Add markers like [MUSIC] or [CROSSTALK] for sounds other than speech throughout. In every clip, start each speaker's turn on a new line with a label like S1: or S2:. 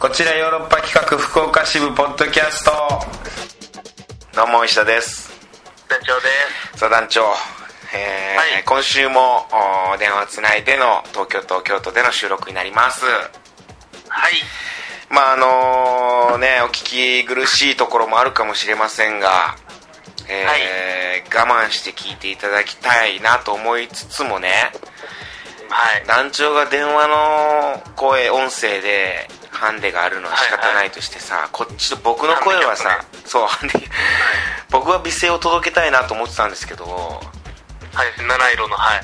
S1: こちらヨーロッパ企画福岡支部ポッドキャストどうも石田です
S2: 団長で
S1: さあ団長、えー
S2: はい
S1: 今週もお電話つないでの東京と京都での収録になります
S2: す。はい。
S1: まああのねお聞き苦しいところもあるかもしれませんが、えー我慢して聞いていただきたいなと思いつつもね
S2: はい。
S1: 団長が電話の声音声でハンデがあるのは仕方ないとしてさ、こっちと僕の声はさ、
S2: ハンデ
S1: そうハンデ僕は美声を届けたいなと思ってたんですけど
S2: はい。七色の、はい。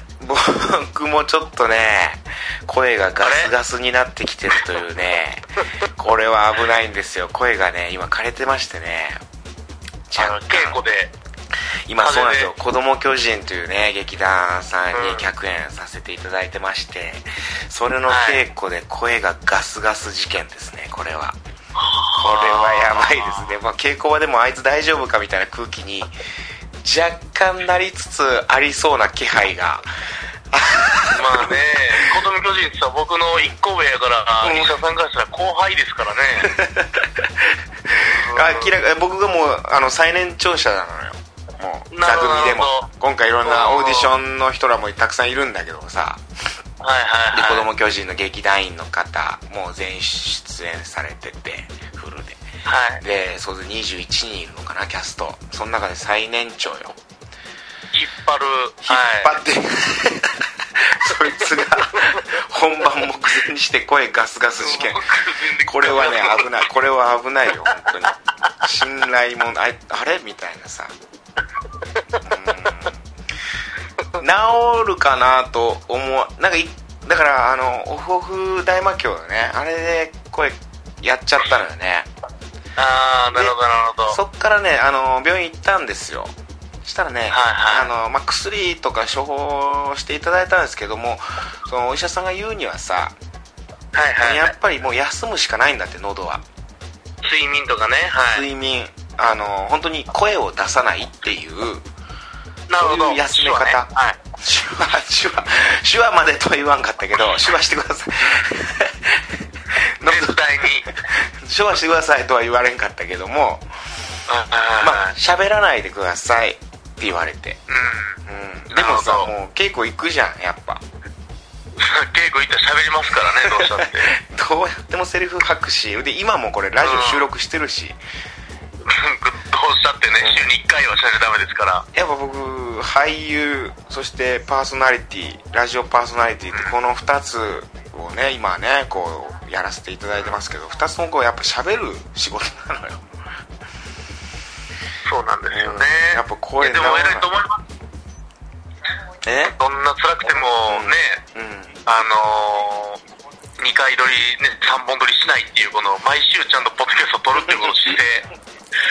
S1: 僕もちょっとね声がガスガスになってきてるというね
S2: [LAUGHS]
S1: これは危ないんですよ声がね今枯れてましてね
S2: あの、
S1: 若干
S2: 稽古で、
S1: 今そうなんですよ
S2: あれ
S1: 「子供巨人」というね劇団さん
S2: う
S1: に
S2: ん
S1: 客演させていただいてましてそれの稽古で声がガスガス事件ですねこれはこれはやばいですね、まあ、稽古場でもあいつ大丈夫かみたいな空気に若干なりつつありそうな気配が
S2: まあね、子供巨人ってさ、僕の一個上やから、
S1: うん
S2: 西田さんからしたら後輩で
S1: [LAUGHS]
S2: すからね。
S1: 明らか僕がもうあの最年長者なのよもう座
S2: なるほど
S1: 組でも
S2: なるほど
S1: 今回いろんなオーディションの人らもたくさんいるんだけどさ
S2: はいはい
S1: で
S2: はい。
S1: 子供巨人の劇団員の方もう全出演されててフルで
S2: はい。
S1: でそうです21人いるのかなキャストその中で最年長よ引っ
S2: 引っ張る。はい。
S1: 張って、 [LAUGHS] そいつが本番目前にして声ガスガス事件これはね危ないこれは危ないよ本当に信頼もあれあれみたいなさうん治るかなと思うなんかいだからあのオフオフ大魔教よねあれで声やっちゃったのよね
S2: ああ、なるほどなるほ
S1: そ
S2: ど。
S1: っからねあの病院行ったんですよしたらね、
S2: はい
S1: あのまあ、薬とか処方していただいたんですけどもそのお医者さんが言うにはさ
S2: はいはいは
S1: や
S2: い
S1: っ。ぱりもう休むしかないんだって喉は
S2: 睡眠とかね。はい。
S1: 睡眠あの本当に声を出さないっていう
S2: なるほ
S1: そう
S2: ど。
S1: いう休み方
S2: 手話ねはい。
S1: [LAUGHS] 手話手話手話までとは言わんか [LAUGHS] ったけど手話してください喉
S2: 絶対に。
S1: 手話してくださいとは言われんかったけども [LAUGHS] ま
S2: ま
S1: あ喋らないでくださいって言われて、
S2: うん。
S1: うん、でもさ
S2: なるほど
S1: もう稽古行くじゃんやっ [LAUGHS] ぱ
S2: 稽古行ったら喋りますからね、どうした
S1: [LAUGHS]
S2: って。
S1: どうやってもセリフ吐くしで今もこれラジオ収録してるし
S2: どうしたってね、週に1回はしないとダメですから。
S1: やっぱ僕俳優そしてパーソナリティラジオパーソナリティってこの2つをね今ねこうやらせていただいてますけど2つともこうやっぱ喋る仕事なのよ
S2: そうなんですよね。
S1: やっぱ声
S2: いやでも
S1: な
S2: 偉いと思います。
S1: え
S2: どんな辛くてもね、
S1: うん
S2: あのー、2回撮り、ね、3本撮りしないっていう、この、毎週ちゃんとポッドキャスト撮るっていうことをして、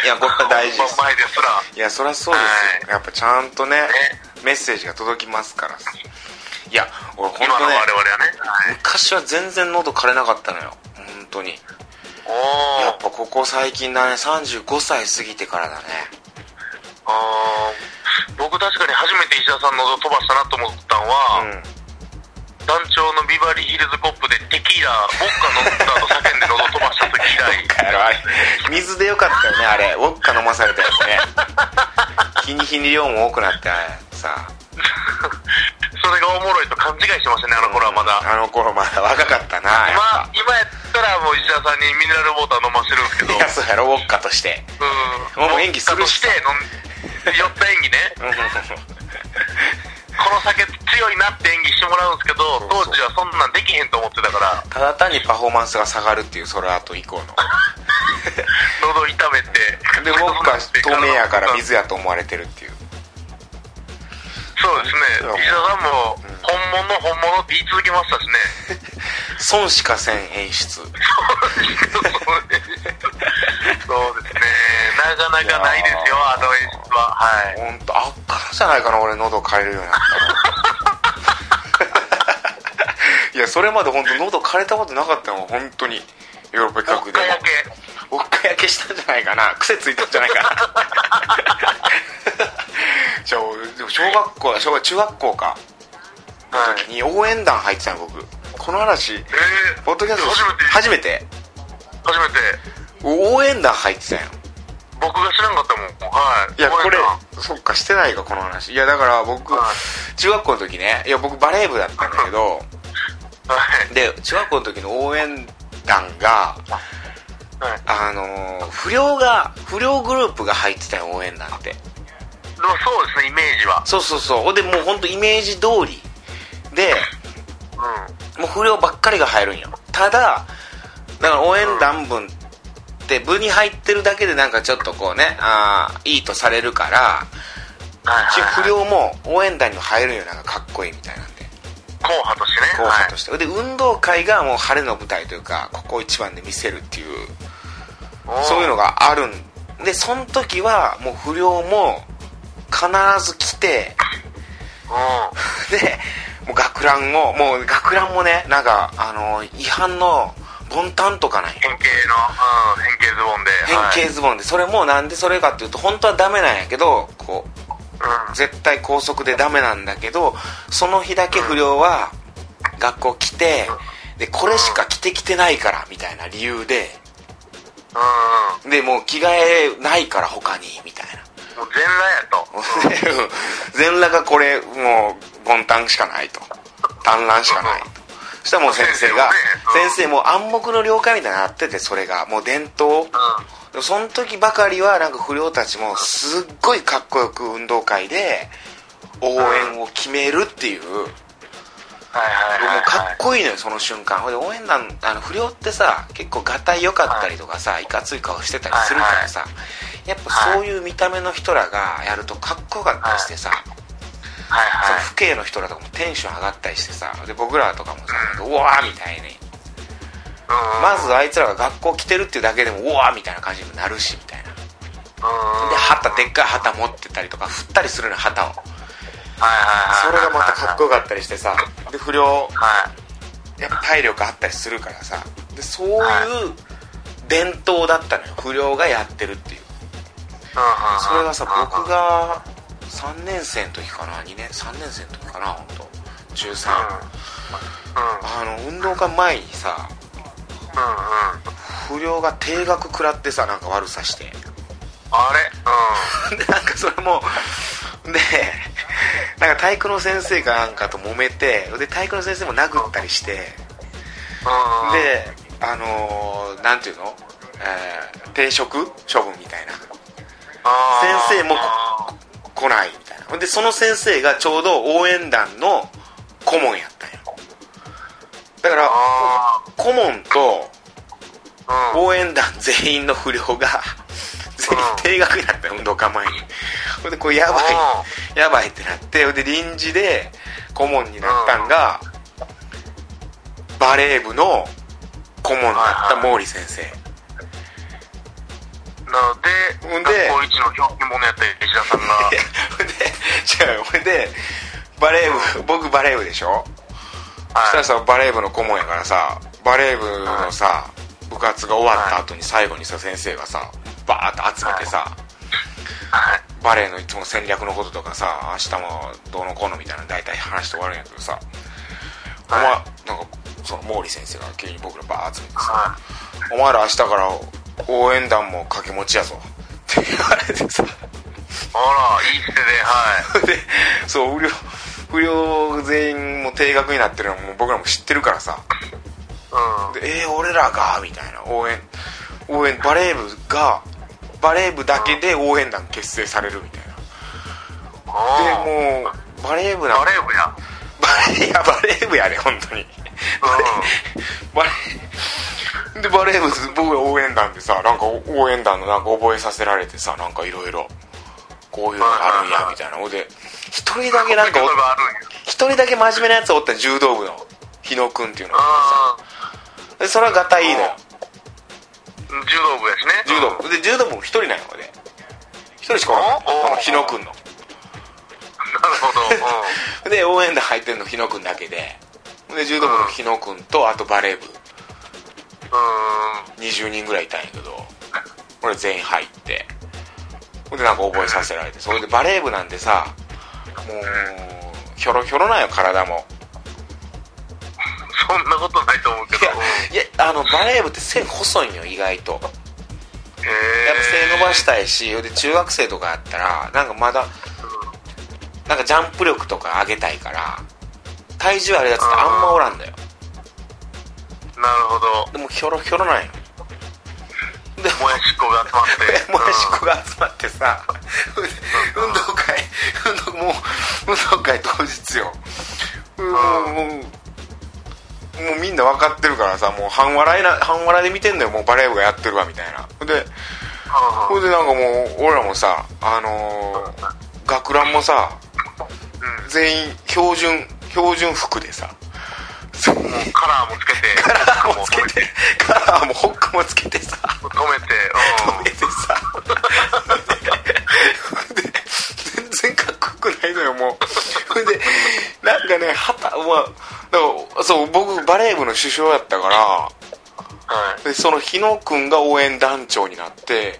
S1: いやこれは [LAUGHS] 大事で
S2: 本 [LAUGHS]
S1: す
S2: 番前ですら、
S1: いやそりゃそうですよやっぱちゃんとねメッセージが届きますからいや俺本
S2: 今
S1: 当
S2: の
S1: ね
S2: 我々はね。はい
S1: 昔は全然喉枯れなかったのよ本当にや
S2: お
S1: っ
S2: ー
S1: ぱここ最近だね35歳過ぎてからだね
S2: あー僕確かに初めて石田さんの音飛ばしたなと思ったのは、
S1: うん
S2: 団長のビバリーヒルズコップでテキーラ、ボッカ飲んだと叫んで喉飛ばした時以来、
S1: やろあれ [LAUGHS] 水でよかったよねあれウォッカ飲まされたやつね日に日に量も多くなってさ
S2: それがおもろいと勘違いしてましたね、あの頃はまだ。
S1: あの頃まだ若かったなやっ
S2: まあ
S1: ぱ、
S2: 今やったらもう石田さんにミネラルウォーター飲ませてるんですけど、
S1: いやそうやろウォッカとして
S2: うん。
S1: もう演技するし
S2: として飲ん、酔った演技ね。この酒強いなって演技してもらうんですけど、当時はそんなんできへんと思ってたから、
S1: ただ単にパフォーマンスが下がるっていうそれあと以降の
S2: 喉痛めて。
S1: でウォッカ透明やから
S2: 体の中
S1: 水やと思われてるっていう
S2: そうですね。石田さんも、本物本物って言い続けましたしね。
S1: 損しかせん演出
S2: そうですね。なかなかないですよ、あの演出は。はい。
S1: 本当悪化じゃないかな俺喉枯れるようにな [LAUGHS] ったのいやそれまで本当喉枯れたことなかったの本当にヨーロッパ
S2: おっ
S1: 企画で
S2: かや
S1: も
S2: け。
S1: おっかやけしたんじゃないかな癖ついたんじゃない [LAUGHS] かなじゃあ俺でも小学校小学中学校か
S2: はい。
S1: に応援団入ってたの僕この話
S2: えー
S1: ポッドキャスト
S2: 初めて
S1: 初めて
S2: 初めて
S1: 応援団入ってたよ
S2: 僕が知らんかったもんはい
S1: いや
S2: 応援
S1: これ
S2: 団
S1: そっかしてないかこの話いやだから僕
S2: は
S1: 中学校の時ねいや僕バレー部だったんだけど
S2: はい
S1: で中学校の時の応援団が
S2: はい
S1: あのー不良が不良グループが入ってたよ応援団って
S2: でもそうですねイメージは
S1: そうそうそうほんでもう本当イメージ通りで
S2: うん
S1: もう不良ばっかりが入るんよただだから応援団分って部に入ってるだけでなんかちょっとこうねあーいいとされるから
S2: はいはいはい
S1: 不良も応援団にも入るんよなんかかっこいいみたいなんで
S2: 候補としてね
S1: 後
S2: は
S1: 輩
S2: い
S1: として、で運動会がもう晴れの舞台というかここ一番で見せるっていう
S2: おー
S1: そういうのがあるんでその時はもう不良も必ず来 [LAUGHS] て
S2: うん
S1: でもう学ランをもう学ランもねなんかあの違反のボンタンとかない
S2: 変形の、うん、変形ズボンで。
S1: 変形ズボンでそれもなんでそれかっていうと本当はダメなんやけどこう
S2: はい、
S1: 絶対高速でダメなんだけどその日だけ不良は学校来てでこれしか着てきてないからみたいな理由で
S2: う、
S1: でもう着替えないから他にみたいなん [LAUGHS]
S2: うん。もう全裸やと。
S1: 全裸がこれもうボンタンしかないと単乱しかないとそしたらもう先生が
S2: うん
S1: 先生もう暗黙の了解みたいになっててそれがもう伝統
S2: うん。
S1: でもその時ばかりはなんか不良たちもすっごいかっこよく運動会で応援を決めるっていうもう
S2: はいはいはい、はい。
S1: かっこいいのよその瞬間ほいで応援団あの不良ってさ結構がたい良かったりとかさいかつい顔してたりするからさやっぱそういう見た目の人らがやるとかっこよかったりしてさ
S2: はい
S1: その
S2: はい。
S1: 父兄の人らとかもテンション上がったりしてさで僕らとかもさなんかうわーみたいに
S2: うん。
S1: まずあいつらが学校来てるっていうだけでもうわーみたいな感じになるしみたいな
S2: うん。
S1: で旗でっかい旗持ってたりとか振ったりするの旗を
S2: はいはいはい。
S1: それがまたかっこよかったりしてさで不良
S2: はい。
S1: やっぱ体力あったりするからさでそういう伝統だったのよ不良がやってるっていう
S2: うんうんうん。
S1: それがさ
S2: うん
S1: 僕。が3年生の時かな2年3年生の時かな本当中
S2: うん。うん。
S1: 3あの運動会前にさ
S2: うんうん。
S1: 不良が定額食らってさなんか悪さして [LAUGHS] で
S2: あれう
S1: なんかそれもでなんか体育の先生かなんかと揉めてで体育の先生も殴ったりしてで
S2: ん。うん。、
S1: あのーなんていうの、えー停職処分みたいな先生も来ないみたいなほんでその先生がちょうど応援団の顧問やったんよだから
S2: あ
S1: 顧問と
S2: あ。うん。
S1: 応援団全員の不良が全員定額になったよ運動会前にほんでこれやばいやばいってなってほんで臨時で顧問になったんがバレー部の顧問になった毛利先生
S2: なので、
S1: ほんで
S2: 学校一の表記者やった石田さんが。
S1: ほんで違うよほんでバレー部僕バレー部でしょそした
S2: は
S1: ら
S2: い。
S1: さバレー部の顧問やからさバレー部のさ部活が終わった後に最後にさ先生がさバーッと集めてさ
S2: はい。
S1: バレーのいつも戦略のこととかさ明日もどうのこうのみたいなの大体話して終わるんやけどさ、
S2: は
S1: お前なんかその毛利先生が急に僕らバーッ集めてさ
S2: は
S1: 「お前ら明日から応援団も掛け持ちやぞ」って言われてさ
S2: い。あら、いい捨てで、はい。
S1: でそう不良不良全員もう定額になってるのも僕らも知ってるからさ
S2: うん。
S1: でえー、俺らがみたいな応援応援バレー部がバレー部だけで応援団結成されるみたいな
S2: う
S1: でもうバレー部なん
S2: バ
S1: か
S2: レー部や。
S1: バレーいやバレー部やで本当にバレーでバレー部僕ら応援団でさなんか応援団のなんか覚えさせられてさなんかいろいろこういうのがあるんやみたいなほんで一人だけなんかお
S2: ことがあるんや。
S1: 一人だけ真面目なやつおった柔道部の日野くんっていうのが
S2: う
S1: でそれはがたいいいのよ
S2: ん。柔道部やしね。
S1: 柔道部で柔道部も一人なんよこれで一人しかおらん
S2: お
S1: この日野くんの
S2: なるほど。うん。
S1: で応援団入ってるの日野くんだけでで柔道部の日野くんとあとバレー部
S2: うん。
S1: 20人ぐらいいたんやけど俺全員入ってほんでなんか覚えさせられてそれでバレー部なんでさもうひょろひょろなんよ体も
S2: そんなことないと思うけ
S1: い
S2: ど。
S1: や
S2: うん
S1: いやあのバレー部って線細いんよ意外とやっぱ
S2: え
S1: 背伸ばしたいしで中学生とかやったらなんかまだなんかジャンプ力とか上げたいから体重あるやつってあんまおらんだよ
S2: なるほど
S1: でもひょろひょろなん [LAUGHS] よでも
S2: もやしっこが集まっ
S1: [LAUGHS]
S2: て
S1: もやしっこが集まってさ運動会運動もう運動会当日ようんもうもうみんな分かってるからさもう半笑いな半笑いで見てんのよもうバレー部がやってるわみたいなほんで
S2: うん
S1: ほんでなんかもう俺らもさあのー学ランもさ
S2: うん
S1: 全員標準標準服でさそう
S2: うんカラーもつけて
S1: カラーもつけ
S2: ホック
S1: てカラーもホックもつけてさ
S2: も止めて
S1: 止めてさで全然かっこよくないのよもうほんでなんかね旗まあだからそう僕バレー部の主将やったから
S2: うんはい
S1: でその日野くんが応援団長になって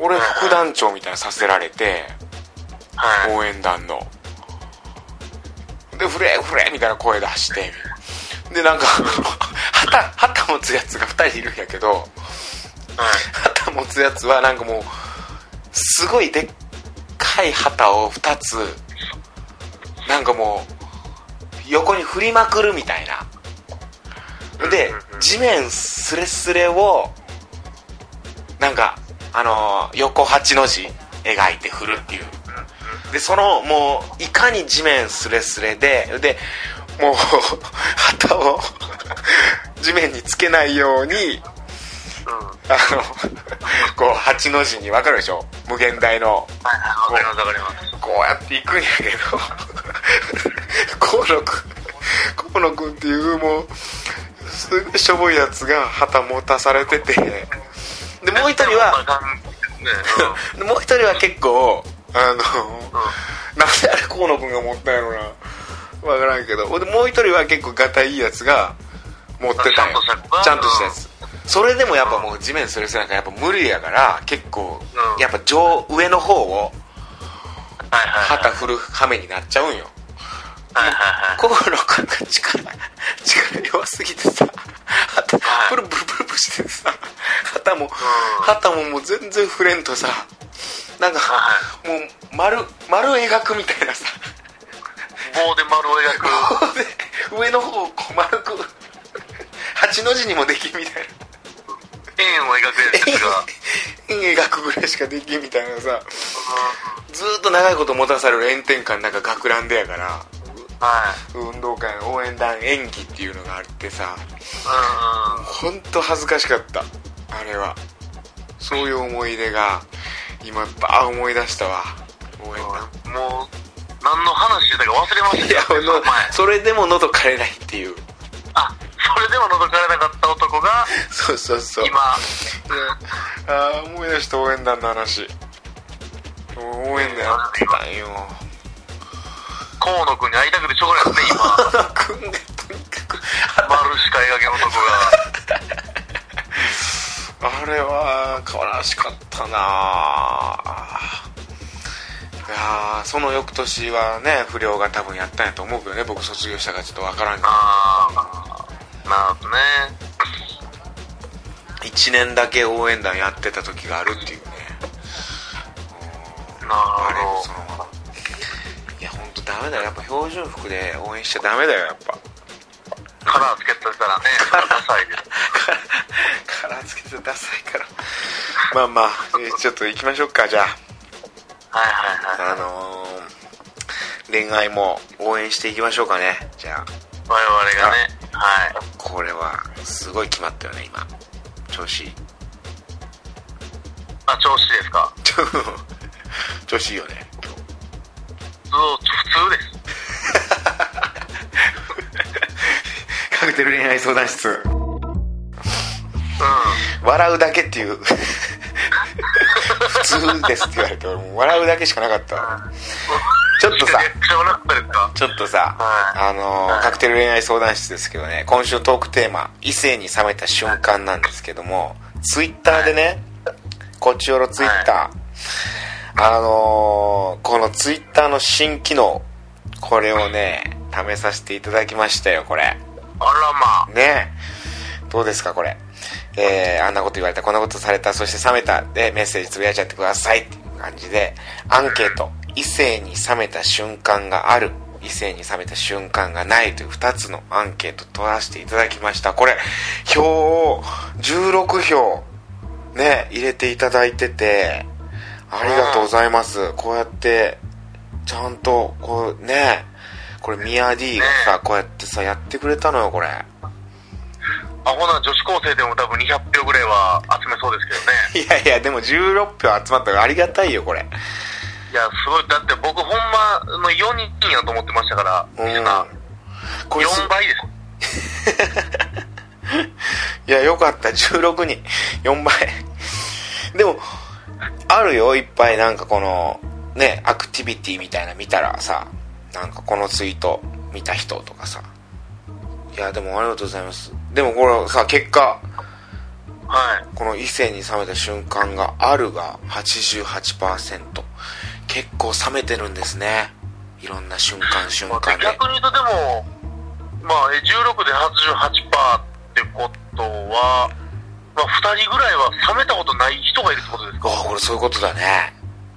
S1: 俺副団長みたいなのさせられて
S2: はい
S1: 応援団ので「フレーフレー」みたいな声出してでなんか [LAUGHS] 旗旗持つやつが2人いるんやけど
S2: はい
S1: 旗持つやつはなんかもうすごいでっかい旗を2つなんかもう横に振りまくるみたいなで
S2: うんうんうん
S1: 地面すれすれをなんかあのー横8の字描いて振るっていうでそのもういかに地面すれすれででもう旗を [LAUGHS] 地面につけないように
S2: うんはい
S1: あの、 [LAUGHS] こう、八の字に分かるでしょ無限大の。
S2: はいわかりますわかります
S1: こうやって行くんやけど、 [LAUGHS] 河野くん、河野くんっていうもう、すごいしょぼいやつが旗持たされてて、で、もう一人は、
S2: ね
S1: でもう一人は結構、あ
S2: う
S1: の
S2: ん、うん
S1: [LAUGHS] なんであれ河野くんが持ったんやろな。分からんけど。ほんで、もう一人は結構ガタイいいやつが持ってたんや
S2: ちゃんとしたやつな
S1: ちゃんとしたやつ。それでもやっぱもう地面すれすれなんかやっぱ無理やから、結構
S2: う、ん
S1: やっぱ上、上の方を
S2: はいはいはい
S1: 旗振る羽目になっちゃうんよ。
S2: はいはいはい
S1: 河野くんが力、力弱すぎてさ、旗、
S2: はい
S1: プルプルプルプルしててさ、旗も、旗ももう全然振れんとさ、なんか、
S2: は
S1: もう丸、丸描くみたいなさ、
S2: 棒で丸を描く
S1: で [LAUGHS] 上の方をこう丸く8の字にもできんみたい
S2: 円を描くやつですが
S1: な円描くぐらいしかできんみたいなさずーっと長いこと持たされる炎天下の中学ランでやから
S2: うんはい
S1: 運動会の応援団演技っていうのがあってさ
S2: うんうん
S1: ほんと恥ずかしかったあれはそういう思い出が今バー思い出したわ応援団
S2: もう何の話してたか忘れまし
S1: いや
S2: たよ
S1: の
S2: 前
S1: それでも喉枯れないっていう
S2: あそれでも覗かれなかった男が
S1: そうそうそう
S2: 今
S1: ああ思い出した応援団の話応援団やってたんよ
S2: 河野君に会いたくてしょうがないで
S1: [LAUGHS]
S2: すね今
S1: 花くんがとにかく
S2: 丸しか描けん男
S1: あれは可愛らしかったなあいやあその翌年はね不良が多分やったんやと思うけどね僕卒業したからちょっとわからんけ
S2: がああなるほどね
S1: ど1年だけ応援団やってた時があるっていうね
S2: なる
S1: あれ
S2: ほ
S1: そ
S2: ど
S1: のいや本当ダメだよやっぱ標準服で応援しちゃダメだよやっぱ
S2: カラーつけてたらねダサいです
S1: カラーつけてダサいからまあまあ、えーちょっと行きましょうかじゃ
S2: はいはいはい
S1: ああのー恋愛も応援していきましょうかねじゃあ
S2: 我々がねはい
S1: これはすごい決まったよね今調子い [LAUGHS] い
S2: あ調子ですか
S1: 調子いいよね
S2: そう普通です
S1: カクテル恋愛相談室
S2: う
S1: 笑うだけっていう [LAUGHS] 普通ですって言われて俺もう笑うだけしかなかった
S2: ん
S1: ちょっとさ
S2: めっちゃ笑ったですか
S1: ちょっとさ、
S2: はい
S1: あのー
S2: はい
S1: カクテル恋愛相談室ですけどね今週のトークテーマ「異性に冷めた瞬間」なんですけどもツイッターでねこちよろツイッター、あのーこのツイッターの新機能これをね試させていただきましたよこれ
S2: あらまあ
S1: ねどうですかこれ、えーあんなこと言われたこんなことされたそして冷めたでメッセージつぶやいちゃってくださいっていう感じでアンケート異性に冷めた瞬間がある異性に冷めた瞬間がないという2つのアンケート取らせていただきましたこれ票を16票ね入れていただいててありがとうございますこうやってちゃんとこうねこれミア D がさこうやってさやってくれたのよこれ。
S2: アホな女子高生でも多分200票ぐらいは集めそうですけどね
S1: いやいや、でも16票集まったからありがたいよ、これ。
S2: いやすごいだって僕ほんまの4人やと思ってましたから
S1: うん
S2: みんな
S1: これす
S2: 4倍です
S1: いや、よかった、16人。4倍。でも、あるよ、いっぱいなんかこの、ね、アクティビティみたいな見たらさ、なんかこのツイート見た人とかさ。いや、でもありがとうございます。でもこれさ、結果、
S2: はい
S1: この異性に冷めた瞬間があるが88%。結構冷めてるんですね。いろんな瞬間瞬
S2: まあ
S1: 間で。
S2: 逆に言うとでも、まあ、え16で88%ってことは、まあ、2人ぐらいは冷めたことない人がいるってことですか
S1: ああこれそういうことだね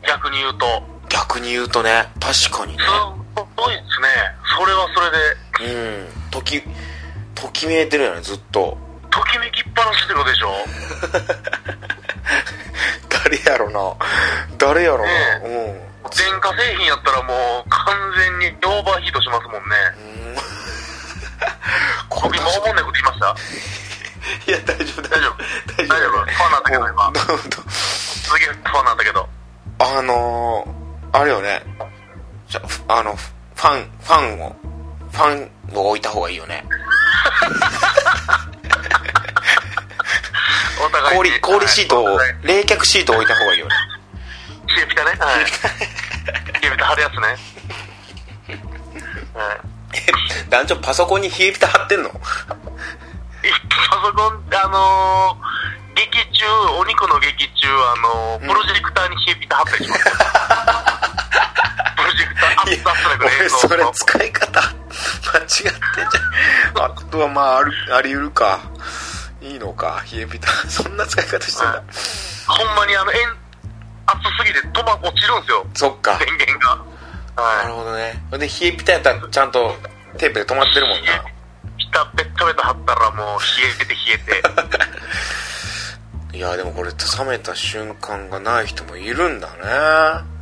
S2: 逆に言うと
S1: 逆に言うとね確かにね
S2: すごいですねそれはそれで
S1: うんときときめいてるよねずっと
S2: ときめきっぱなしってことでしょ
S1: 誰やろな誰やろな、
S2: 電化製品やったらもう完全にオーバーヒートしますもんね
S1: うんうんこ
S2: 僕
S1: れ
S2: 今おもんないこと言いました
S1: [LAUGHS] いや大丈夫
S2: 大丈夫
S1: [LAUGHS]
S2: 大丈夫ファンなんだけど今
S1: どうどう
S2: すげえファンなんだけど
S1: あのー、あれよねじゃふあのファンファンをファンを置いた方がいいよね
S2: お互いに
S1: 氷氷シートを
S2: はいお互い
S1: 冷却シートを置いた方がいいよ
S2: [LAUGHS]
S1: ね
S2: 冷えピタね。はい。冷えピタ貼るやつね。はい。
S1: 団長パソコンに冷えピタ貼ってんの
S2: パソコン、あのー、劇中、お肉の劇中、あのー、プロジェクターに冷えピタ貼ったりしますよ。プロジェクター、アップアップだけど映
S1: 俺
S2: 像
S1: それ
S2: の
S1: 使い方間違ってん [LAUGHS] じゃんあとはまああるあり得るかいいのか冷えピタ [LAUGHS] そんな使い方してんだ、
S2: はいほんまにあの、円、熱すぎてトマ落ちるんですよ。
S1: そっか
S2: [LAUGHS] 電源が。
S1: な
S2: は
S1: るほどねで冷えピタやったらちゃんとテープで止まってるもん
S2: い。
S1: な
S2: ピタベッタベタ貼ったらもう冷えて冷えて。 [LAUGHS]
S1: いやでもこれ冷めた瞬間がない人もいるんだね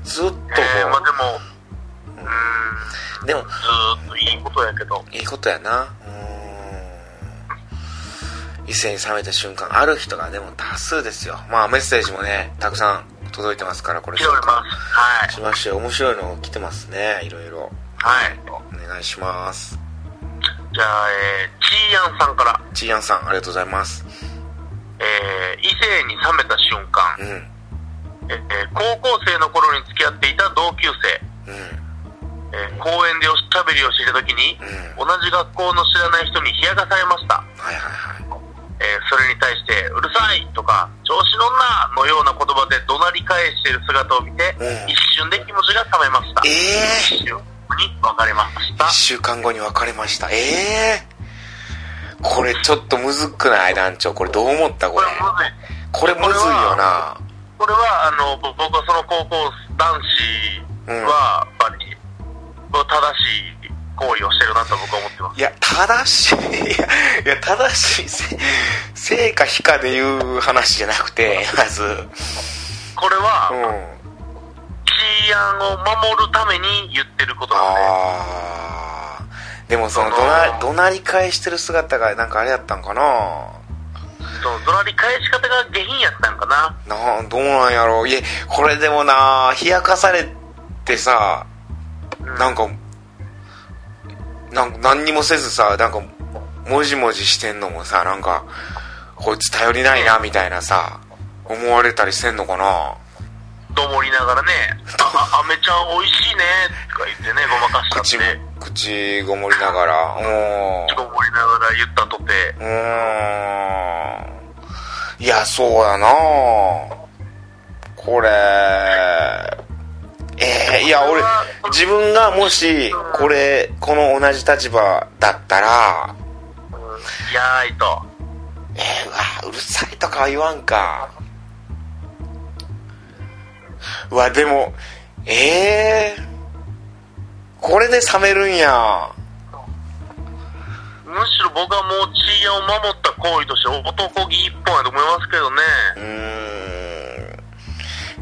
S1: ずっとも
S2: えー、まあでも、うーん、
S1: うでも
S2: ずーっといいことやけど。
S1: いいことやなうーん一斉に冷めた瞬間ある人がでも多数ですよまあメッセージもねたくさん届いてますからこれ
S2: 拾います。はい。
S1: しまして面白いの来てますねいろいろ
S2: はい。
S1: お願いします
S2: じゃあ、えー、チーヤンさんから、
S1: ちーやんさんありがとうございます
S2: えー、異性に冷めた瞬間
S1: う、んうん
S2: えー高校生の頃に付き合っていた同級生、えー公園でおしゃべりをしていた時に、
S1: うん
S2: 同じ学校の知らない人に冷やかされました。
S1: はいはいはい
S2: えーそれに対して、うるさいとか、調子乗んなのような言葉で怒鳴り返している姿を見て、
S1: うん
S2: 一瞬で気持ちが冷めました。
S1: え
S2: 一瞬に別れました
S1: ー、1。週間後に別れましたえー、これちょっとむずくない団長これどう思ったこれ
S2: これむずい。
S1: これむずいよな
S2: これはあのぼ僕はその高校男子は、やっぱり正しい行為をしてるなと僕は思ってます
S1: いや正しいいやいや正しいせ成果非かでいう話じゃなくてまずうん
S2: これは治安を守るために言ってることなんで
S1: ああでもその怒鳴怒鳴り返してる姿がなんかあれやったんかな
S2: その怒鳴り返し方が下品やったんかな
S1: なあどうなんやろういえこれでもな冷やかされてさなんかなんか何にもせずさなんかもじもじしてんのもさなんかこいつ頼りないなみたいなさ思われたりしてんのかな
S2: どもりながらね
S1: [LAUGHS]
S2: 「ああめちゃん美味しいね」とか言ってねごまかしたっ
S1: 口も
S2: て
S1: 口ごもりながらうん
S2: ごもりながら言ったとて
S1: うーんいやそうやなこれえー、いや俺自分がもしこれこの同じ立場だったら
S2: 「いやーい」と
S1: えー、うわうるさいとかは言わんかうわでもええー、これで冷めるんや
S2: むしろ僕はもうチーヤを守った行為として男気一本やと思いますけど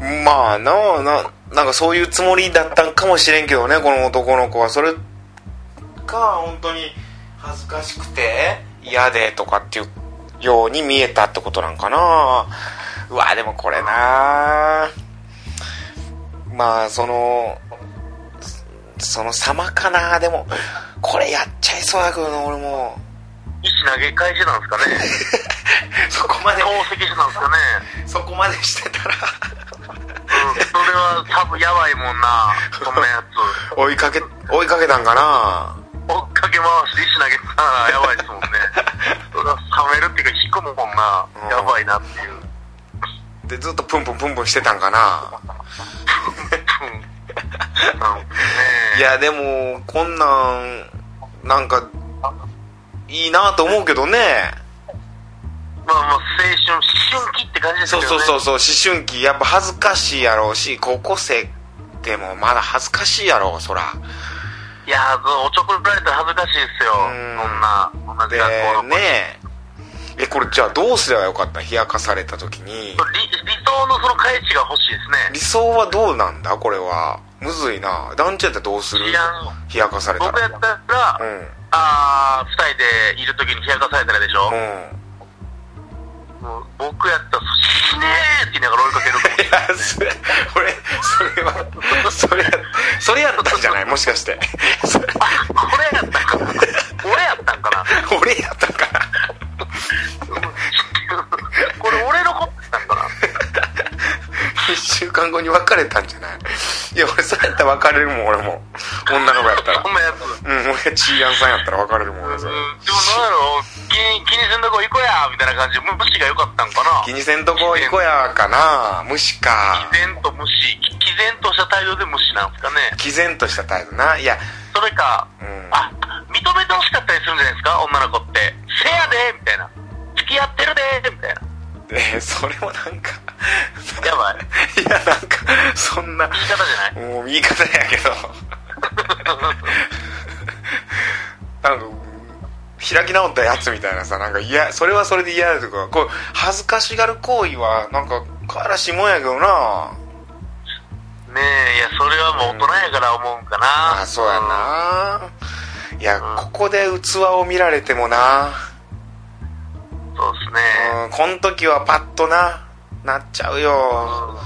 S2: ね
S1: うーんまあなあななんかそういうつもりだったんかもしれんけどねこの男の子はそれか本当に恥ずかしくて嫌でとかっていうように見えたってことなんかなうわでもこれなまあそのその様かなでもこれやっちゃいそうだけどな俺も
S2: 石投げ返しなんですかね
S1: そこまで
S2: 投石師なんですかね
S1: そこまでしてたら
S2: うんそれは多分やばいもんなそんなやつ
S1: 追いかけ追いかけたんかな
S2: 追っかけ回して石投げてたらやばいですもんねそれは冷めるっていうか引くもんな
S1: うん
S2: やばいなっていううん
S1: でずっとプンプンプンプンしてたんかな
S2: なんですね
S1: いやでもこんなんなんかいいなと思うけどね
S2: まあまあ青春思春期って感じです
S1: そう
S2: け
S1: そ
S2: どね
S1: うそうそう思春期やっぱ恥ずかしいやろうし高校生でもまだ恥ずかしいやろうそら
S2: いやーそうおちょくられたら恥ずかしいですよそ
S1: うん
S2: んな同じ
S1: で
S2: 学校の子に
S1: ねええこれじゃあどうすればよかった冷やかされた時に
S2: 理理想のその返しが欲しいですね
S1: 理想はどうなんだこれはむずいな団地やったらどうする
S2: いやん
S1: 冷やかされた
S2: 僕や
S1: ら
S2: ったら、
S1: うん
S2: ああ二人でいる時に冷やかされたらでしょ、
S1: うん
S2: もう僕やったら「死ねえ!」って言いながら追いかける
S1: いやそれ俺それはそれそれやったんじゃないもしかしてそれ
S2: と思うこれやったんかな俺やったんかな
S1: 俺やったんかな
S2: これ俺のことやったんかな
S1: 1週間後に別れたんじゃないいや俺それやったら別れるもん俺も女の子やったら
S2: こんなやつ
S1: うん俺がチーアンさんやったら別れるもん俺
S2: うんで
S1: そ
S2: も
S1: れ
S2: なんやろ気に気にせんとこ行こうやみたいな感じで無視が良かったんかな
S1: 気にせんとこ行こやかな無視か
S2: 毅然と無視き毅然とした態度で無視なんですかね
S1: 毅然とした態度ないや
S2: それか、
S1: うん
S2: あ認めてほしかったりするんじゃないですか女の子って「せやで」みたいな「付き合ってるで」みたいな
S1: えそれもなんか
S2: やばい
S1: いやなんかそんな
S2: 言い方じゃない
S1: もう言い方やけどなんか開き直ったやつみたいなさなんか嫌それはそれで嫌だとかこう恥ずかしがる行為はなんか可愛らしいもんやけどな
S2: ねえいやそれはもう大人やから思うんかな、
S1: あそうやないやここで器を見られてもな、
S2: うんそうですね
S1: うん、こん時はパッとななっちゃう
S2: う
S1: よ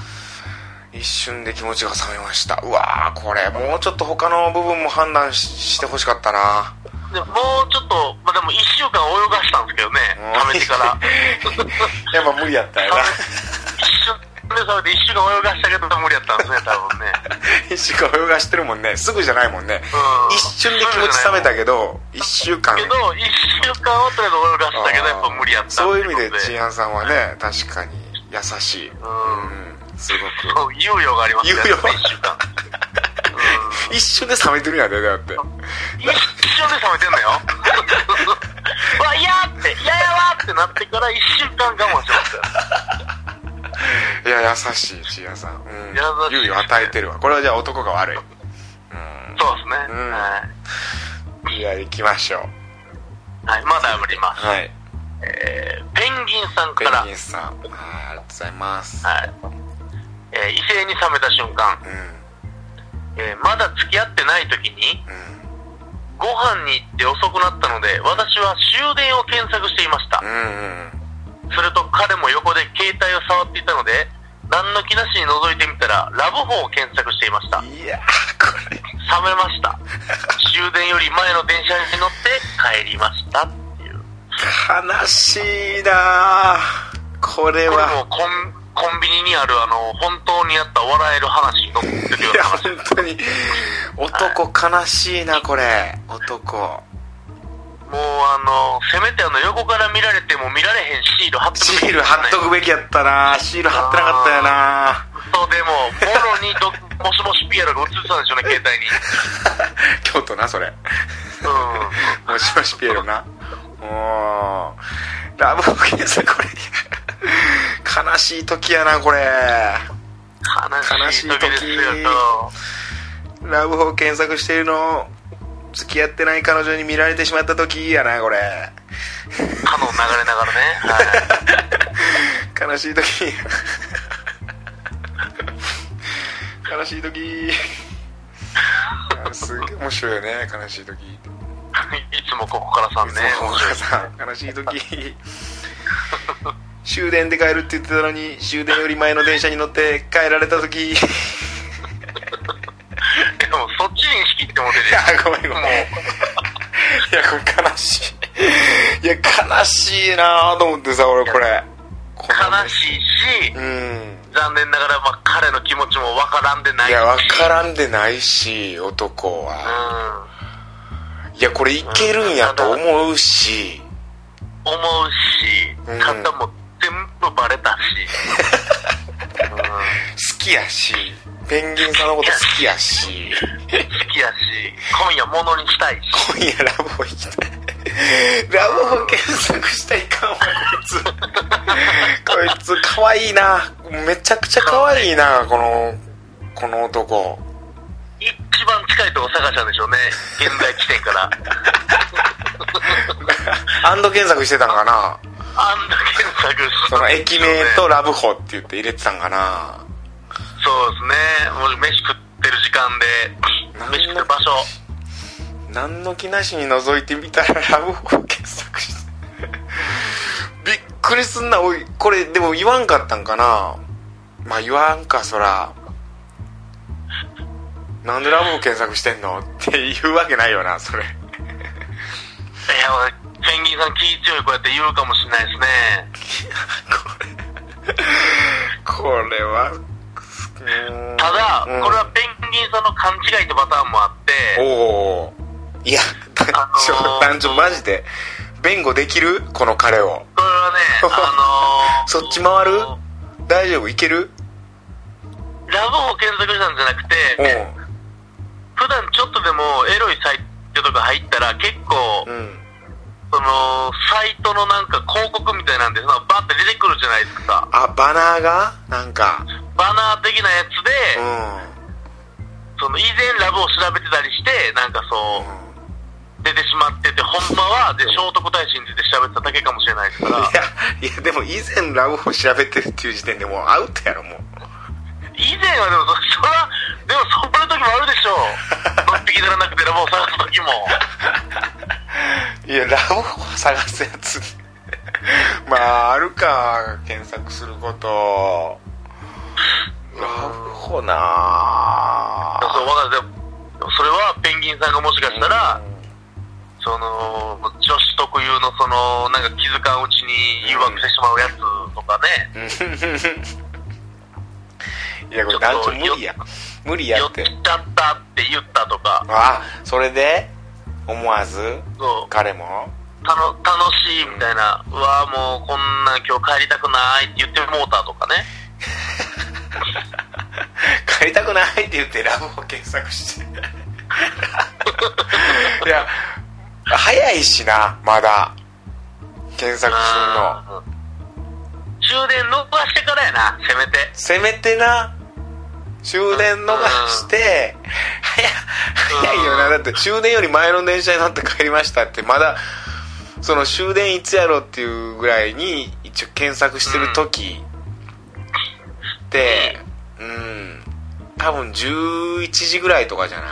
S2: ん
S1: 一瞬で気持ちが冷めましたうわーこれもうちょっと他の部分も判断ししてほしかったな
S2: でもうちょっと、まあ、でも1週間泳がしたんですけどね
S1: うん
S2: 貯めてから
S1: [LAUGHS] やっぱ無理やったよな
S2: 一瞬で食べて1週間泳がしたけど無理やったんですね多分ね
S1: 一週間泳がしてるもんねすぐじゃないもんね、
S2: うん
S1: 一瞬で気持ち冷めたけど一週間
S2: けど1週間はとりあえず泳がしたけどやっぱ無理やった
S1: そういう意味で
S2: って
S1: チ
S2: いう
S1: ンアンさんはね確かに優しいうん
S2: ことでうん
S1: すごく
S2: そう猶予がありますね
S1: 猶予
S2: 1週間うん
S1: 一瞬で冷めてるんやでだって
S2: 一瞬で冷めてん
S1: [LAUGHS]
S2: のようわ嫌って嫌やわってなってから1週間我慢してますよ
S1: いや優しいチンアンさん、うん、
S2: 優しい
S1: 猶予与えてるわこれはじゃあ男が悪い
S2: そうですね、
S1: うん
S2: はい
S1: いや行きましょう
S2: はい、まだあります、
S1: はい
S2: えーペンギンさん
S1: ペ
S2: から
S1: ンギンさんはいありがとうございます
S2: はいえー異性に冷めた瞬間、
S1: うん
S2: えーまだ付き合ってない時に
S1: うん
S2: ご飯に行って遅くなったので私は終電を検索していました、
S1: うんうん
S2: すると彼も横で携帯を触っていたので何の気なしに覗いてみたらラブホを検索していました冷
S1: いやーこれ
S2: めました終電より前の電車に乗って帰りましたっていう
S1: 悲しいなーこれ
S2: これ
S1: は
S2: もうコンコンビニにあるあの本当にあった笑える話に乗ってるよう
S1: いや
S2: な話
S1: 本当に男悲しいなこれ男
S2: もうあのせめてあの横から見られても見られへんシール貼っとくべき
S1: シール貼っとくべきやったなシール貼ってなかったよな
S2: そうでももろにどもしもしピエロが映ってたんでしょうね携帯に
S1: 京都なそれ
S2: うん
S1: もしもしピエロなおーラブホケンさんこれ悲しい時やなこれ
S2: 悲しい時ですよ
S1: ラブホを検索してるの付き合ってない彼女に見られてしまった時やなこれ
S2: とカノン流れながらね、はい、
S1: 悲しい時悲しい時あすげえ面白いよね悲しい時
S2: いつもここからさんね面白いです
S1: さん悲しい時終電で帰るって言ってたのに終電より前の電車に乗って帰られた時
S2: でもそっちに意識いっても出て
S1: いやごめんごめんいやこれ悲しいいや悲しいなと思ってさ俺これ
S2: 悲しいし、
S1: うん
S2: 残念ながら、まあ、彼の気持ちもわからんでない
S1: いや分からんでないし男は、
S2: うん
S1: いやこれいけるんやと思うし、
S2: 思うし
S1: うん
S2: 肩も全部バレたし、うん
S1: 好きやしペンギンさんのこと好きやし
S2: 好きやし今夜物にしたいし
S1: 今夜ラブホ行きたいラブホ検索したらいかんわこいつこいつ可愛いなめちゃくちゃ可愛いなこのこの男
S2: 一番近いとこ探したんでしょうね現在地点から
S1: アンド検索してたんかな
S2: あんだけ検索して
S1: そ
S2: た
S1: の
S2: んで
S1: 駅
S2: しょうね
S1: 名とラブホって言って入れてたんかな
S2: そうですねもう飯食ってる時間で飯食ってる場所
S1: 何の気なしに覗いてみたらラブホを検索して [LAUGHS] びっくりすんなおいこれでも言わんかったんかなまあ言わんかそらなんでラブホ検索してんのって言うわけないよなそれ
S2: いや俺ペンギンさん気強いこうやって言うかもしれないですね
S1: これはうーん
S2: ただ、
S1: うん
S2: これはペンギンさんの勘違いってパターンもあって
S1: おおいや団長、
S2: あのー
S1: 団長マジで弁護できるこの彼を
S2: これはねあ
S1: [LAUGHS]
S2: のー
S1: そっち回る大丈夫いける
S2: ラブホを検索したんじゃなくて、
S1: う
S2: 普段ちょっとでもエロいサイトとか入ったら結構、
S1: んうん
S2: そのサイトのなんか広告みたいなんでそのバッて出てくるじゃないですか
S1: あバナーがなんか
S2: バナー的なやつ
S1: う
S2: で、
S1: ん
S2: その以前ラブを調べてたりしてなんかそう出てしまっててほんまはで聖徳太子について調べてただけかもしれないですから
S1: いやいやでも以前ラブホ調べてるっていう時点でもうアウトやろもう
S2: 以前はでもそそ [LAUGHS] らでもそんな時もあるでしょうのっぴきならなくてラブを探す時も
S1: いやラブホ探すやつ [LAUGHS] まああるか検索することラブホな
S2: だか
S1: [LAUGHS]
S2: ら
S1: あ
S2: そうわかるでもそれはペンギンさんがもしかしたら、その女子特有のそのなんか気づかんうちに誘惑してしまうやつとかね、
S1: [LAUGHS] いやこれ団長無理や無理や
S2: 寄
S1: っ
S2: ってちゃったって言ったとか、
S1: あそれで思わず
S2: そう
S1: 彼も
S2: たの楽しいみたいな、うわーもうこんなん今日帰りたくないって言ってもうたとかね、
S1: [LAUGHS] 帰りたくないって言ってラブホ検索して [LAUGHS] いや早いしなまだ検索するの
S2: うん終電逃してからやな、せめて。
S1: せめてな終電逃して
S2: うん
S1: 早い早いよなだって終電より前の電車に乗って帰りましたってまだその終電いつやろっていうぐらいに一応検索してる時ってうん多分11時ぐらいとかじゃない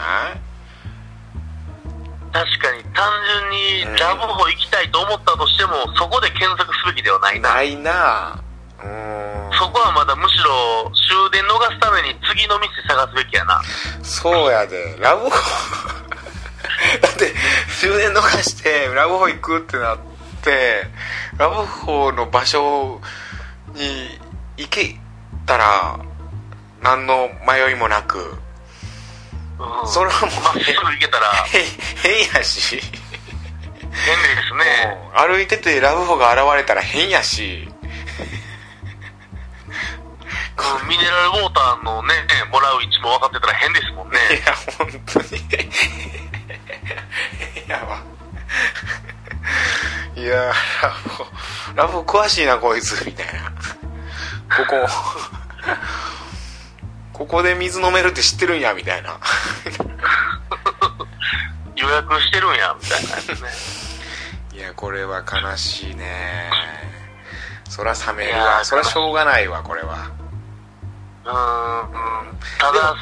S2: 確かに単純にラブホ行きたいと思ったとしても、そこで検索すべきではないな。
S1: ないなうーん
S2: そこはまだむしろ終電逃すために次の店探すべきやな。
S1: そうやでラブホだ [LAUGHS] って終電逃してラブホ行くってなってラブホの場所に行けたら何の迷いもなく
S2: うん
S1: それはもう
S2: まっすぐ行けたら
S1: へ変やし、
S2: 便利ですね。
S1: 歩いててラブホが現れたら変やし
S2: うんミネラルウォーターのね、もらう位置も分かってたら変ですもんね。 [LAUGHS]
S1: いや本当にいやわいやラブホラブ詳しいなこいつみたいなここここで水飲めるって知ってるんやみたいな
S2: 予約してるんやみたいなや [LAUGHS] つね
S1: いやこれは悲しいねそら冷めるわそらしょうがないわこれは
S2: うーんただ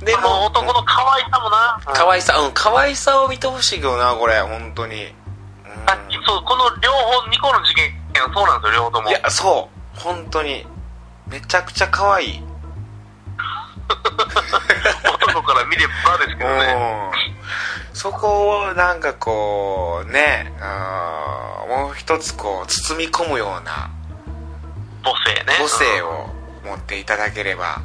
S2: でも男の可愛さもな、うん
S1: 可愛さうん可愛さを見てほしいけどなこれ本当にうん
S2: さっきそうこの両方2個の事件そうなんですよ両方とも
S1: いやそう本当にめちゃくちゃ可愛い
S2: 男から見ればですけどね
S1: うんそこをなんかこうねあーもう一つこう包み込むような
S2: 母性ね
S1: 個性を持っていただければ、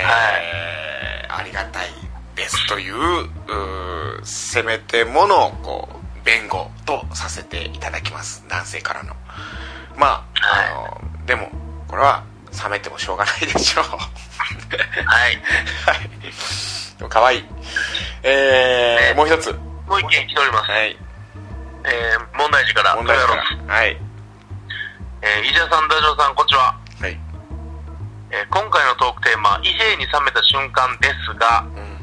S1: えーありがたいですといううーせめてものをこう弁護とさせていただきます男性からのまあ,、あのでもこれは冷めてもしょうがないでしょう
S2: うんはい
S1: はいでも可愛いえー、もう一つ
S2: もう一件来ております、
S1: はい
S2: えー、問題児から
S1: 問題
S2: ト
S1: か
S2: ヨロス
S1: らはい
S2: えー、伊者さんダジョウさんこんにちは、
S1: はい
S2: えー今回のトークテーマ「異性に冷めた瞬間」ですが、
S1: うん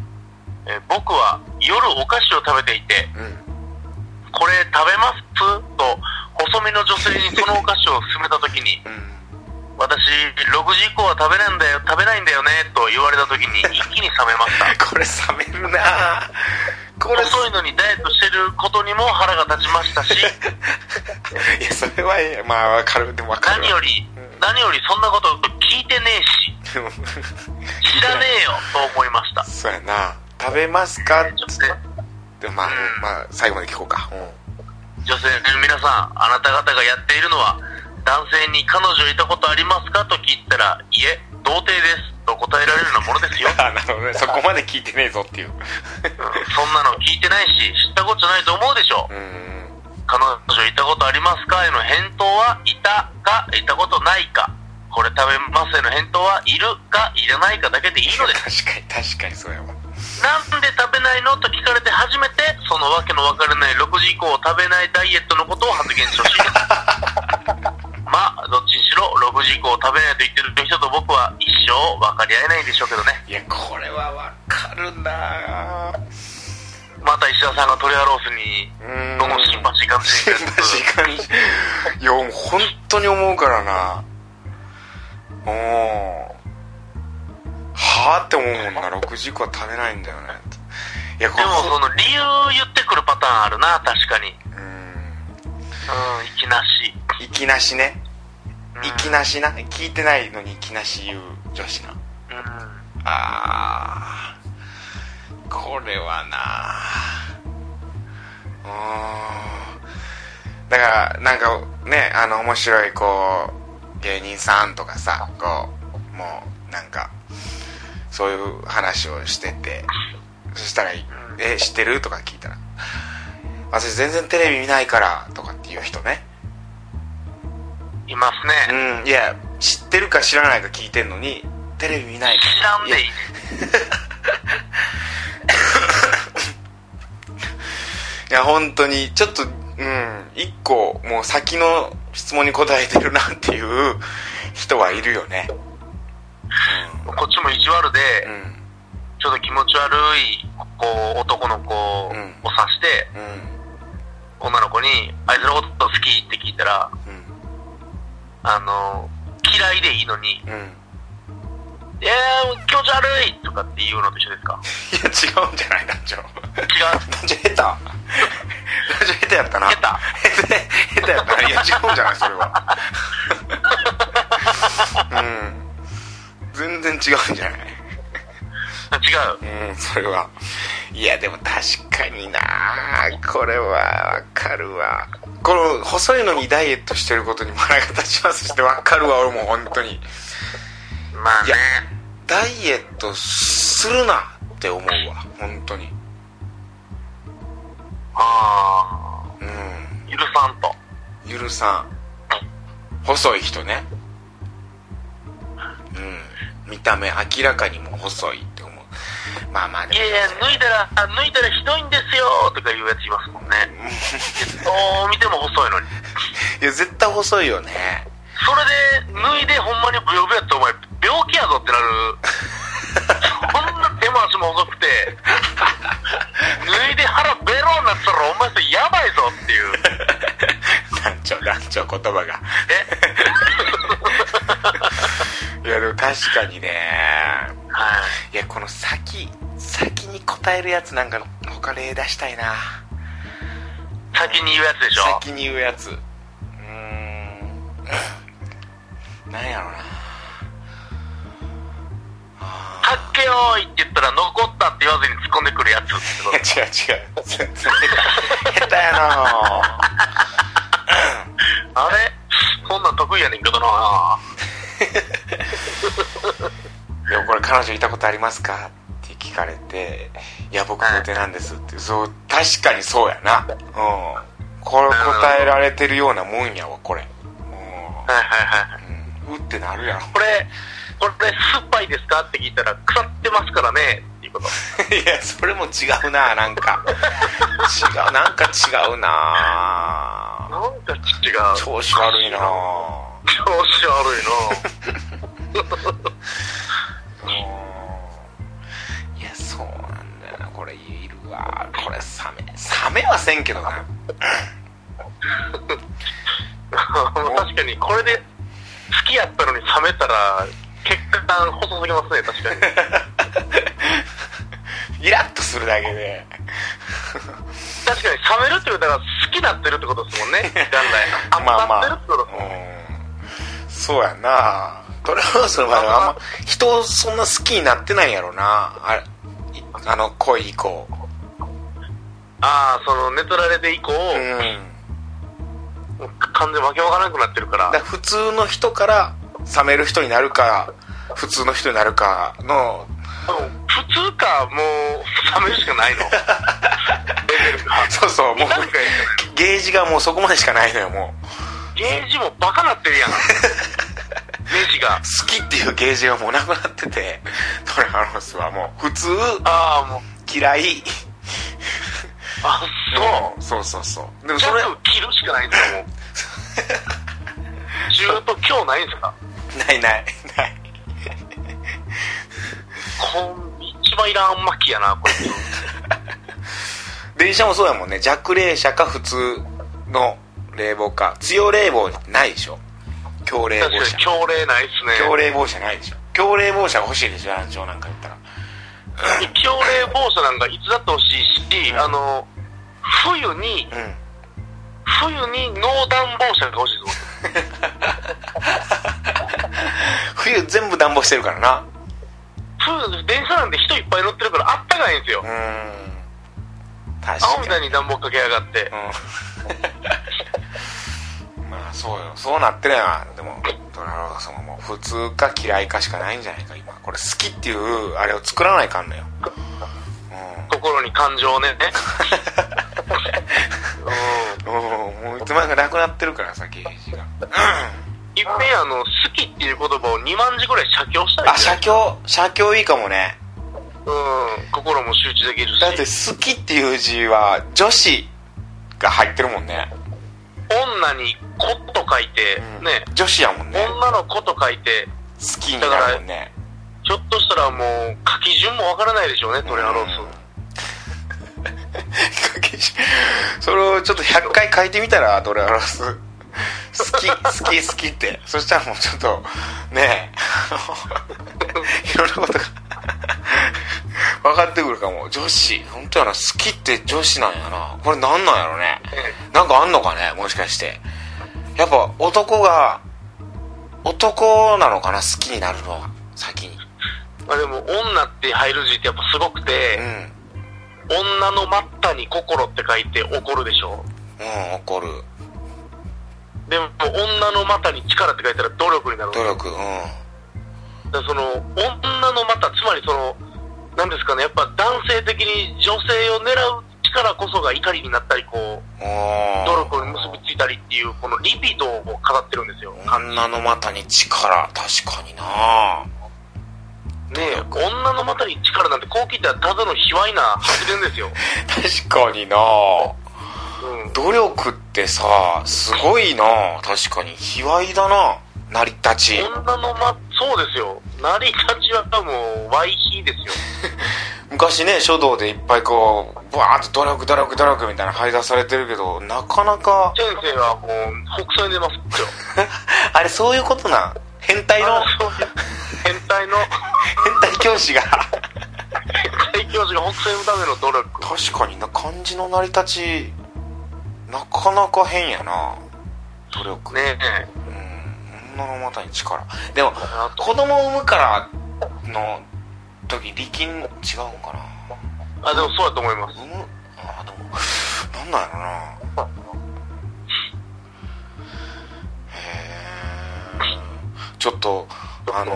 S2: えー僕は夜お菓子を食べていて
S1: うん
S2: 「これ食べます?」と細身の女性にそのお菓子を勧めた時に
S1: うん
S2: 「私6時以降は食べないんだよ食べないんだよね」と言われた時に一気に冷めました
S1: これ冷めるなぁこれ
S2: 遅いのにダイエットしてることにも腹が立ちましたし
S1: いやそれはいいまあわかるでもわかる
S2: 何より何よりそんなこと聞いてねえ
S1: り
S2: し知らねえよと思いました
S1: そうやな食べますか
S2: ちょっと
S1: [LAUGHS] で
S2: ね
S1: まあまあ最後まで聞こうか、
S2: 女性の皆さんあなた方がやっているのは男性に彼女いたことありますかと聞いたらいえ童貞ですと答えられるようなものですよ、
S1: [LAUGHS] あなるほどね [LAUGHS] そこまで聞いてねえぞ [LAUGHS] っていう
S2: うんそんなの聞いてないし知ったことじゃないと思うでしょう
S1: うん
S2: 彼女いたことありますかへの返答はいたかいたことないかこれ食べますへの返答はいるかいらないかだけでいいの
S1: 確
S2: です
S1: かに確かにそうやわ
S2: なんで食べないのと聞かれて初めてそのわけのわからない6時以降食べないダイエットのことを発言してほしいですまあどっちにしろ6時以降食べないと言ってる人と僕は一生分かり合えないんでしょうけどね
S1: いやこれはわかるなぁ
S2: また石田さんがトリアロースに
S1: うん
S2: どの新橋かもし
S1: 変
S2: れ
S1: な
S2: ない
S1: 時間にいやもう本当に思うからなうんはあって思うもんな6時以降は食べないんだよねいやこ
S2: で
S1: れ
S2: もその理由言ってくるパターンあるな確かに
S1: うん
S2: うんいきなし
S1: いきなしね
S2: うん
S1: いきなしな聞いてないのにいきなし言う女子な
S2: うん
S1: あーこれはなうんだからなんかねあの面白いこう芸人さんとかさこうもうなんかそういう話をしててそしたら「え知ってる?」とか聞いたら「私全然テレビ見ないから」とかっていう人ね
S2: います
S1: う
S2: ね
S1: んいや知ってるか知らないか聞いてんのにテレビ見ないから
S2: 知らんでいい
S1: いや、本当に、ちょっと、うん、一個、もう先の質問に答えてるなっていう [LAUGHS] 人はいるよね。
S2: こっちも意地悪で、
S1: うん、うん、
S2: ちょっと気持ち悪いこう男の子を
S1: うん
S2: 指して、
S1: うん、
S2: 女の子に「あいつのこと好き?」って聞いたら「あの嫌いでいいのに
S1: うん、うん。いや、違
S2: 「えー、気持ち悪い!」とかって言うのと一緒です
S1: [LAUGHS]
S2: か
S1: うんじゃない、団長。
S2: 違う
S1: 団長、下手。団長、下手やったな。
S2: 下手
S1: 下手、下手やったな。いや、違うんじゃない、それは。うん。全然違うんじゃない。
S2: 違う
S1: うん、それは。いや、でも確かになこれはわかるわ。この、細いのにダイエットしてることに腹が立ちますしてわかるわ、俺も本当に。
S2: まあ
S1: いや
S2: ね
S1: ダイエットするなって思うわ、本当に。
S2: あ
S1: うん。
S2: あ許さんと
S1: ゆるさん。細い人ね。うん。見た目明らかにもう細いって思う。まあまあで
S2: い
S1: も
S2: やいや脱いだらあ脱い
S1: [LAUGHS]
S2: だらひどいんですよとか言うやついますもんねどう見ても細いのに
S1: いや絶対細いよね [LAUGHS]
S2: それで脱いでほんまにブヨブヨやってお前病気やぞってなるそんな手も足も細くて脱いで腹ベロになってたらお前それやばいぞっていう
S1: なんちょなんちょ言葉が
S2: え
S1: いやでも確かにね
S2: はい
S1: いやこの先先に答えるやつなんか他例出したいな
S2: 先に言うやつでしょ
S1: 先に言うやつうーんなんやろな
S2: 「かっけよーい」って言ったら残ったって言わずに突っ込んでくるやつってこ
S1: いや違う違う
S2: と
S1: 全然下手下手やな
S2: あれこんなん得意やねんけどな
S1: でもこれ彼女いたことありますかって聞かれて「いや僕モテなんです」ってそう確かにそうやなうんこれ答えられてるようなもんやわこれう
S2: はいはいはい
S1: ん、うん、うってなるやろ
S2: これこれ酸っぱいですかって聞いたら腐ってますからねっていうこ
S1: [LAUGHS]
S2: と
S1: いやそれも違うななんか違うなんか違うな
S2: なんか違う
S1: 調子悪いな
S2: 調子悪いな
S1: うんいやそうなんだよなこれいるわこれサメサメはせんけどな
S2: [LAUGHS] 確かにこれで好きやったのに冷めたら血管細すぎますね
S1: [LAUGHS]
S2: 確かに
S1: イラッとするだけで
S2: 確かに冷めるっていうだから好きになってるってことですも
S1: [LAUGHS]
S2: んね元来あ
S1: まあま
S2: ってる
S1: あ
S2: ってことですもんね
S1: うんそうやなトレハウスの場合はあんま人そんな好きになってないんやろなあれいあの恋以降
S2: ああその寝取られて以降、
S1: うん
S2: もう完全に訳分からなくなってるから
S1: だから普通の人から冷める人になるか普通の人になるかの
S2: 普通かもう冷めるし
S1: [LAUGHS]
S2: かないのレベルが
S1: そうそうもう
S2: なんか
S1: ゲージがもうそこまでしかないのよもう
S2: ゲージもバカなっ
S1: [LAUGHS]
S2: てるやんネジが
S1: 好きっていうゲージがもうなくなっててトレハロースはもう普通
S2: ああもう
S1: 嫌い
S2: あそ
S1: う
S2: う、
S1: んそうそうそうでも
S2: ち
S1: そ
S2: ょ
S1: れ
S2: っと切るしかないんです
S1: [LAUGHS]
S2: かもう中途今日ないんですか
S1: ないないない
S2: こん一番いらん巻きやなこいつ
S1: 電車もそうやもんね弱冷車か普通の冷房か強冷房ないでしょ強冷
S2: 確
S1: 房
S2: かに
S1: 車
S2: 強烈ないっすね
S1: 強冷房車ないでしょ強冷房車欲しいでしょ団長なんか言ったら
S2: 強烈防車なんかいつだってほしいし、
S1: うん
S2: あの冬に
S1: うん
S2: 冬にノーダン防車が欲しいです
S1: [LAUGHS] 冬全部暖房してるからな
S2: 冬電車なんて人いっぱい乗ってるからあったかいんですよ
S1: うーん確
S2: 青み
S1: か
S2: たい
S1: に
S2: に暖房かけやがって
S1: うん [LAUGHS] まあそうよそうなってるやんでもドラロー様も普通か嫌いかしかないんじゃないか今これ好きっていうあれを作らないかんのよ
S2: 心に感情
S1: [LAUGHS]
S2: をねう
S1: う
S2: ん
S1: ん、うん、もういつまでかなくなってるからさゲージが
S2: いっぺんあの好きっていう言葉を2万字ぐらい写経したい
S1: あ
S2: です
S1: 写
S2: ね
S1: 経写経いいかもね
S2: うん心も集中できるし
S1: だって好きっていう字は女子が入ってるもんね、
S2: 女に「子」と書いて、
S1: うん
S2: ね
S1: 女子やもんね
S2: 女の子と書いて
S1: 好きになるもんね
S2: ひょっとしたらもう書き順もわからないでしょうねトレハロース、
S1: [LAUGHS] それをちょっと100回書いてみたらどれ表す好き好き好きってそしたらもうちょっとねえ [LAUGHS] あのいろんなことが分かってくるかも女子本当やな好きって女子なんやなこれなんなんやろねなんかあんのかねもしかしてやっぱ男が男なのかな好きになるのは先に
S2: まあ、でも女って入る字ってやっぱすごく
S1: うん
S2: て、女の待ったに心って書いて怒るでしょ
S1: うん怒る
S2: うでも女の股に力って書いたら努力になる
S1: 努力うん
S2: だからその女の股つまりそのなんですかねやっぱ男性的に女性を狙う力こそが怒りになったりこう努
S1: 努
S2: 力に結びついたりっていうこのリビドーを語ってるんですよ
S1: 女の股に力確かにな
S2: ねえ女の股に力なんてこう聞いたらただの卑猥な発言ですよ、
S1: 確かにな
S2: うん、
S1: 努力っってさすごいな確かに卑猥だな成り立ち
S2: 女のま、そうですよ。成り立ちはもう、ワイヒーですよ。
S1: 昔ね書道でいっぱいこうバーンと努力努力努力みたいな排出されてるけどなかなか
S2: 先生はもう、北斎出ますよ。
S1: あれそういうことなん変態の
S2: あそう変態の、
S1: 変態教師が
S2: 変態教師が北斎のための努力。
S1: 確かにな漢字の成り立ちなかなか変やな努力
S2: ねえ。
S1: うん女の股に力でも
S2: あと
S1: 子供を産むからの時力ん違うのか
S2: あ、でもそうだと思いま
S1: な
S2: す。
S1: 産むあでもなんなんやろなへーちょっとあの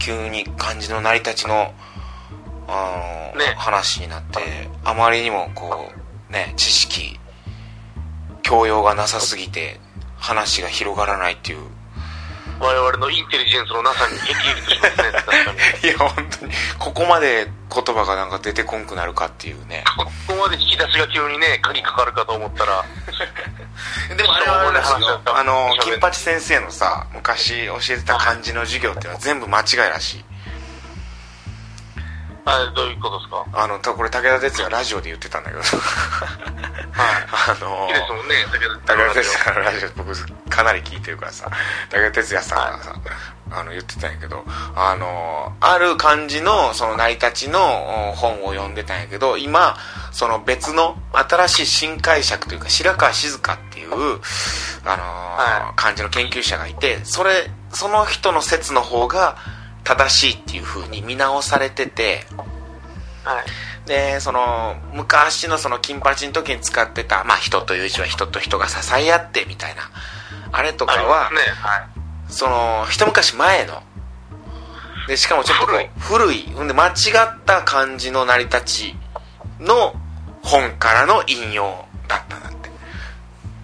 S1: 急に漢字の成り立ちのあの、
S2: ね
S1: 話になってあまりにもこうね知識教養がなさすぎて話が広がらないっていう
S2: 我々のインテリジェンスのなさに激激しますね、確かに。
S1: [LAUGHS] いや本当にここまで言葉がなんか出てこんくなるかっていうね
S2: ここまで引き出しが急にね、鍵かかるかと思ったら、
S1: でもあれはあれですよあの
S2: 喋
S1: 金
S2: る
S1: 八先生のさ昔教えてた漢字の授業っていうのは全部間違いらしい
S2: あれどういうことですか
S1: あのたこれ武田鉄矢ラジオで言ってたんだけど [LAUGHS]
S2: はい。
S1: あの
S2: 好きですもんね、武田
S1: 武田
S2: 鉄
S1: 鉄矢のラジオ僕かなり聞いてるからさ武田鉄矢さんがさ、あの言ってたんやけどあのある漢字のその成り立ちのお本を読んでたんやけど今その別の新しい新解釈というか白川静香っていうあの、
S2: は
S1: 漢字の研究者がいてそれその人の説の方が正しいっていう風に見直されてて
S2: はい。
S1: でその昔のその金八の時に使ってた、まあ、人という字は人と人が支え合ってみたいなあれとかは、
S2: ありますね、はい。
S1: その一昔前のでしかもちょっとこう古いほんで間違った漢字の成り立ちの本からの引用だったんだって、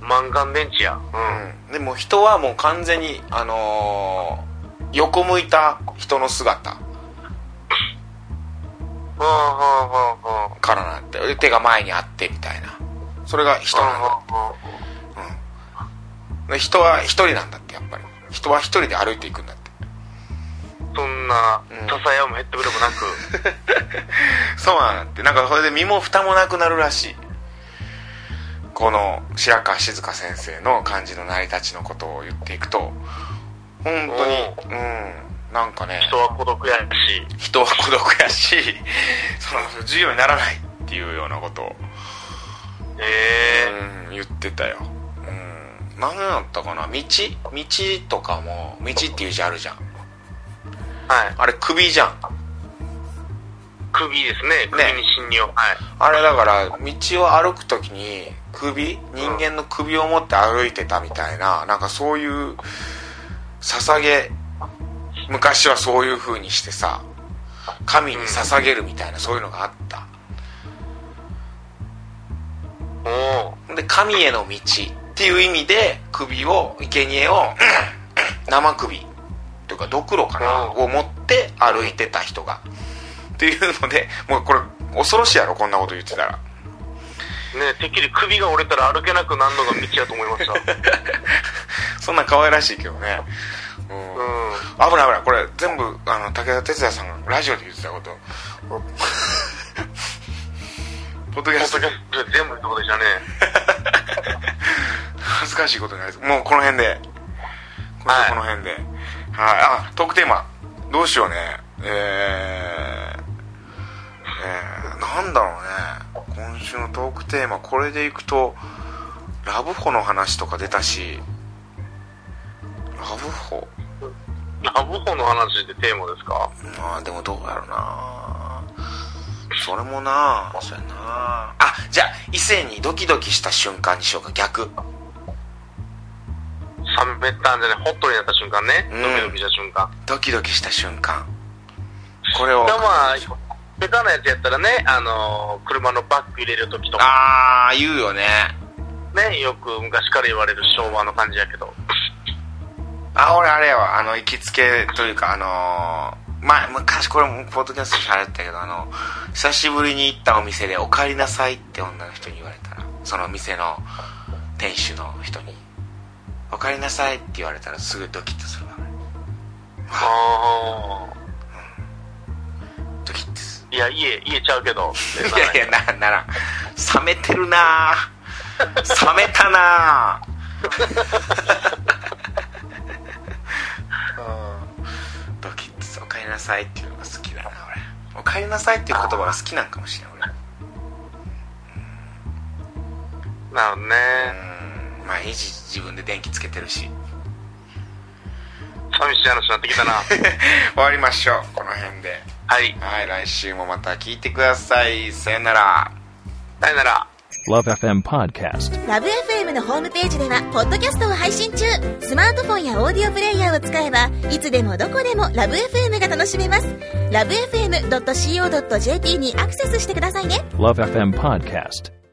S2: 満願電池や。うん。
S1: うん、でもう人はもう完全に、あのー横向いた人の姿
S2: はあはあはあは
S1: からなんてで手が前にあってみたいなそれが人
S2: あ。
S1: なんだ
S2: はあはあは
S1: で人は一人なんだってやっぱり人は一人で歩いていくんだって
S2: あそんな
S1: うん、
S2: 支え合うもヘッドブレもなく、
S1: そうなんだってなんかそれで身も蓋もなくなるらしいこの白川静香先生の漢字の成り立ちのことを言っていくと本当にうんなんかね
S2: 人は孤独や [LAUGHS] し、
S1: 人は孤独やしその授業にならないっていうようなことを
S2: ええ
S1: うん、言ってたよ。うん。何だったかな道道とかも、道っていう字あるじゃん。
S2: はい。
S1: あれ首じゃん。
S2: 首ですね、首に侵入。はい。
S1: あれだから、道を歩くときに首、人間の首を持って歩いてたみたいな、なんかそういう、捧げ、昔はそういう風にしてさ、神に捧げるみたいな、そういうのがあった。
S2: おお。
S1: で、神への道っていう意味で、首を、生贄を、 [CLEARS THROAT] 生首、というか、ドクロかな、
S2: うん
S1: を持って歩いてた人が。っていうので、もうこれ、恐ろしいやろ、こんなこと言ってたら。
S2: ねてっきり首が折れたら歩けなくなるのが道やと思いま [LAUGHS] した。
S1: そんなん可愛らしいけどね。うん
S2: うん。
S1: 危ない危ないこれ全部あの武田鉄矢さんがラジオで言ってたことこれポッドキャ
S2: 本
S1: ス
S2: 当
S1: ト
S2: に
S1: で
S2: 全部ってことでしたね。
S1: 恥ずかしいことになりそうもうこの辺でこ
S2: はい
S1: の辺ではいあトークテーマどうしようねえー、えー、なんだろうね今週のトークテーマこれでいくとラブホの話とか出たしラブホ
S2: ラブホの話でテーマですか
S1: まあでもどうやろうなそれもなそうやなあじゃあ異性にドキドキした瞬間にしようか逆
S2: 冷めたんじゃない、ホットになった瞬間ね。
S1: うん
S2: ドキドキした瞬間。
S1: ドキドキした瞬間これを
S2: でもまあ、ベタなやつやったらね、あのー車のバッグ入れるときとか
S1: ああ言うよね
S2: ね、よく昔から言われる昭和の感じやけど。
S1: あ俺あれよあの行きつけというかあのー、まあ昔これもポッドキャストで喋ったけどあの久しぶりに行ったお店で「おかえりなさい」って女の人に言われたらそのお店の店主の人に「おかえりなさい」って言われたらすぐドキッとするわ
S2: あ
S1: ドキッとす
S2: ーいや家家ちゃうけど
S1: る [LAUGHS] いやいやなならん冷めてるなぁ冷めたなぁうんドキッとするおかえりなさいっていうのが好きだな俺おかえりなさいっていう言葉が好きなんかもしれない俺
S2: なるほどね
S1: うん毎日自分で電気つけてるし [LAUGHS]
S2: 寂しい話になってきたな
S1: 終わりましょうこの辺で
S2: はい
S1: はい来週もまた聞いてくださいさよなら
S2: さよなら
S3: Love FM Podcast.
S4: ラブ f m のホームページではポッドキャストを配信中スマートフォンやオーディオプレイヤーを使えばいつでもどこでもラブ f m が楽しめますラブ FM.co.jp にアクセスしてくださいね
S3: Love FM Podcast.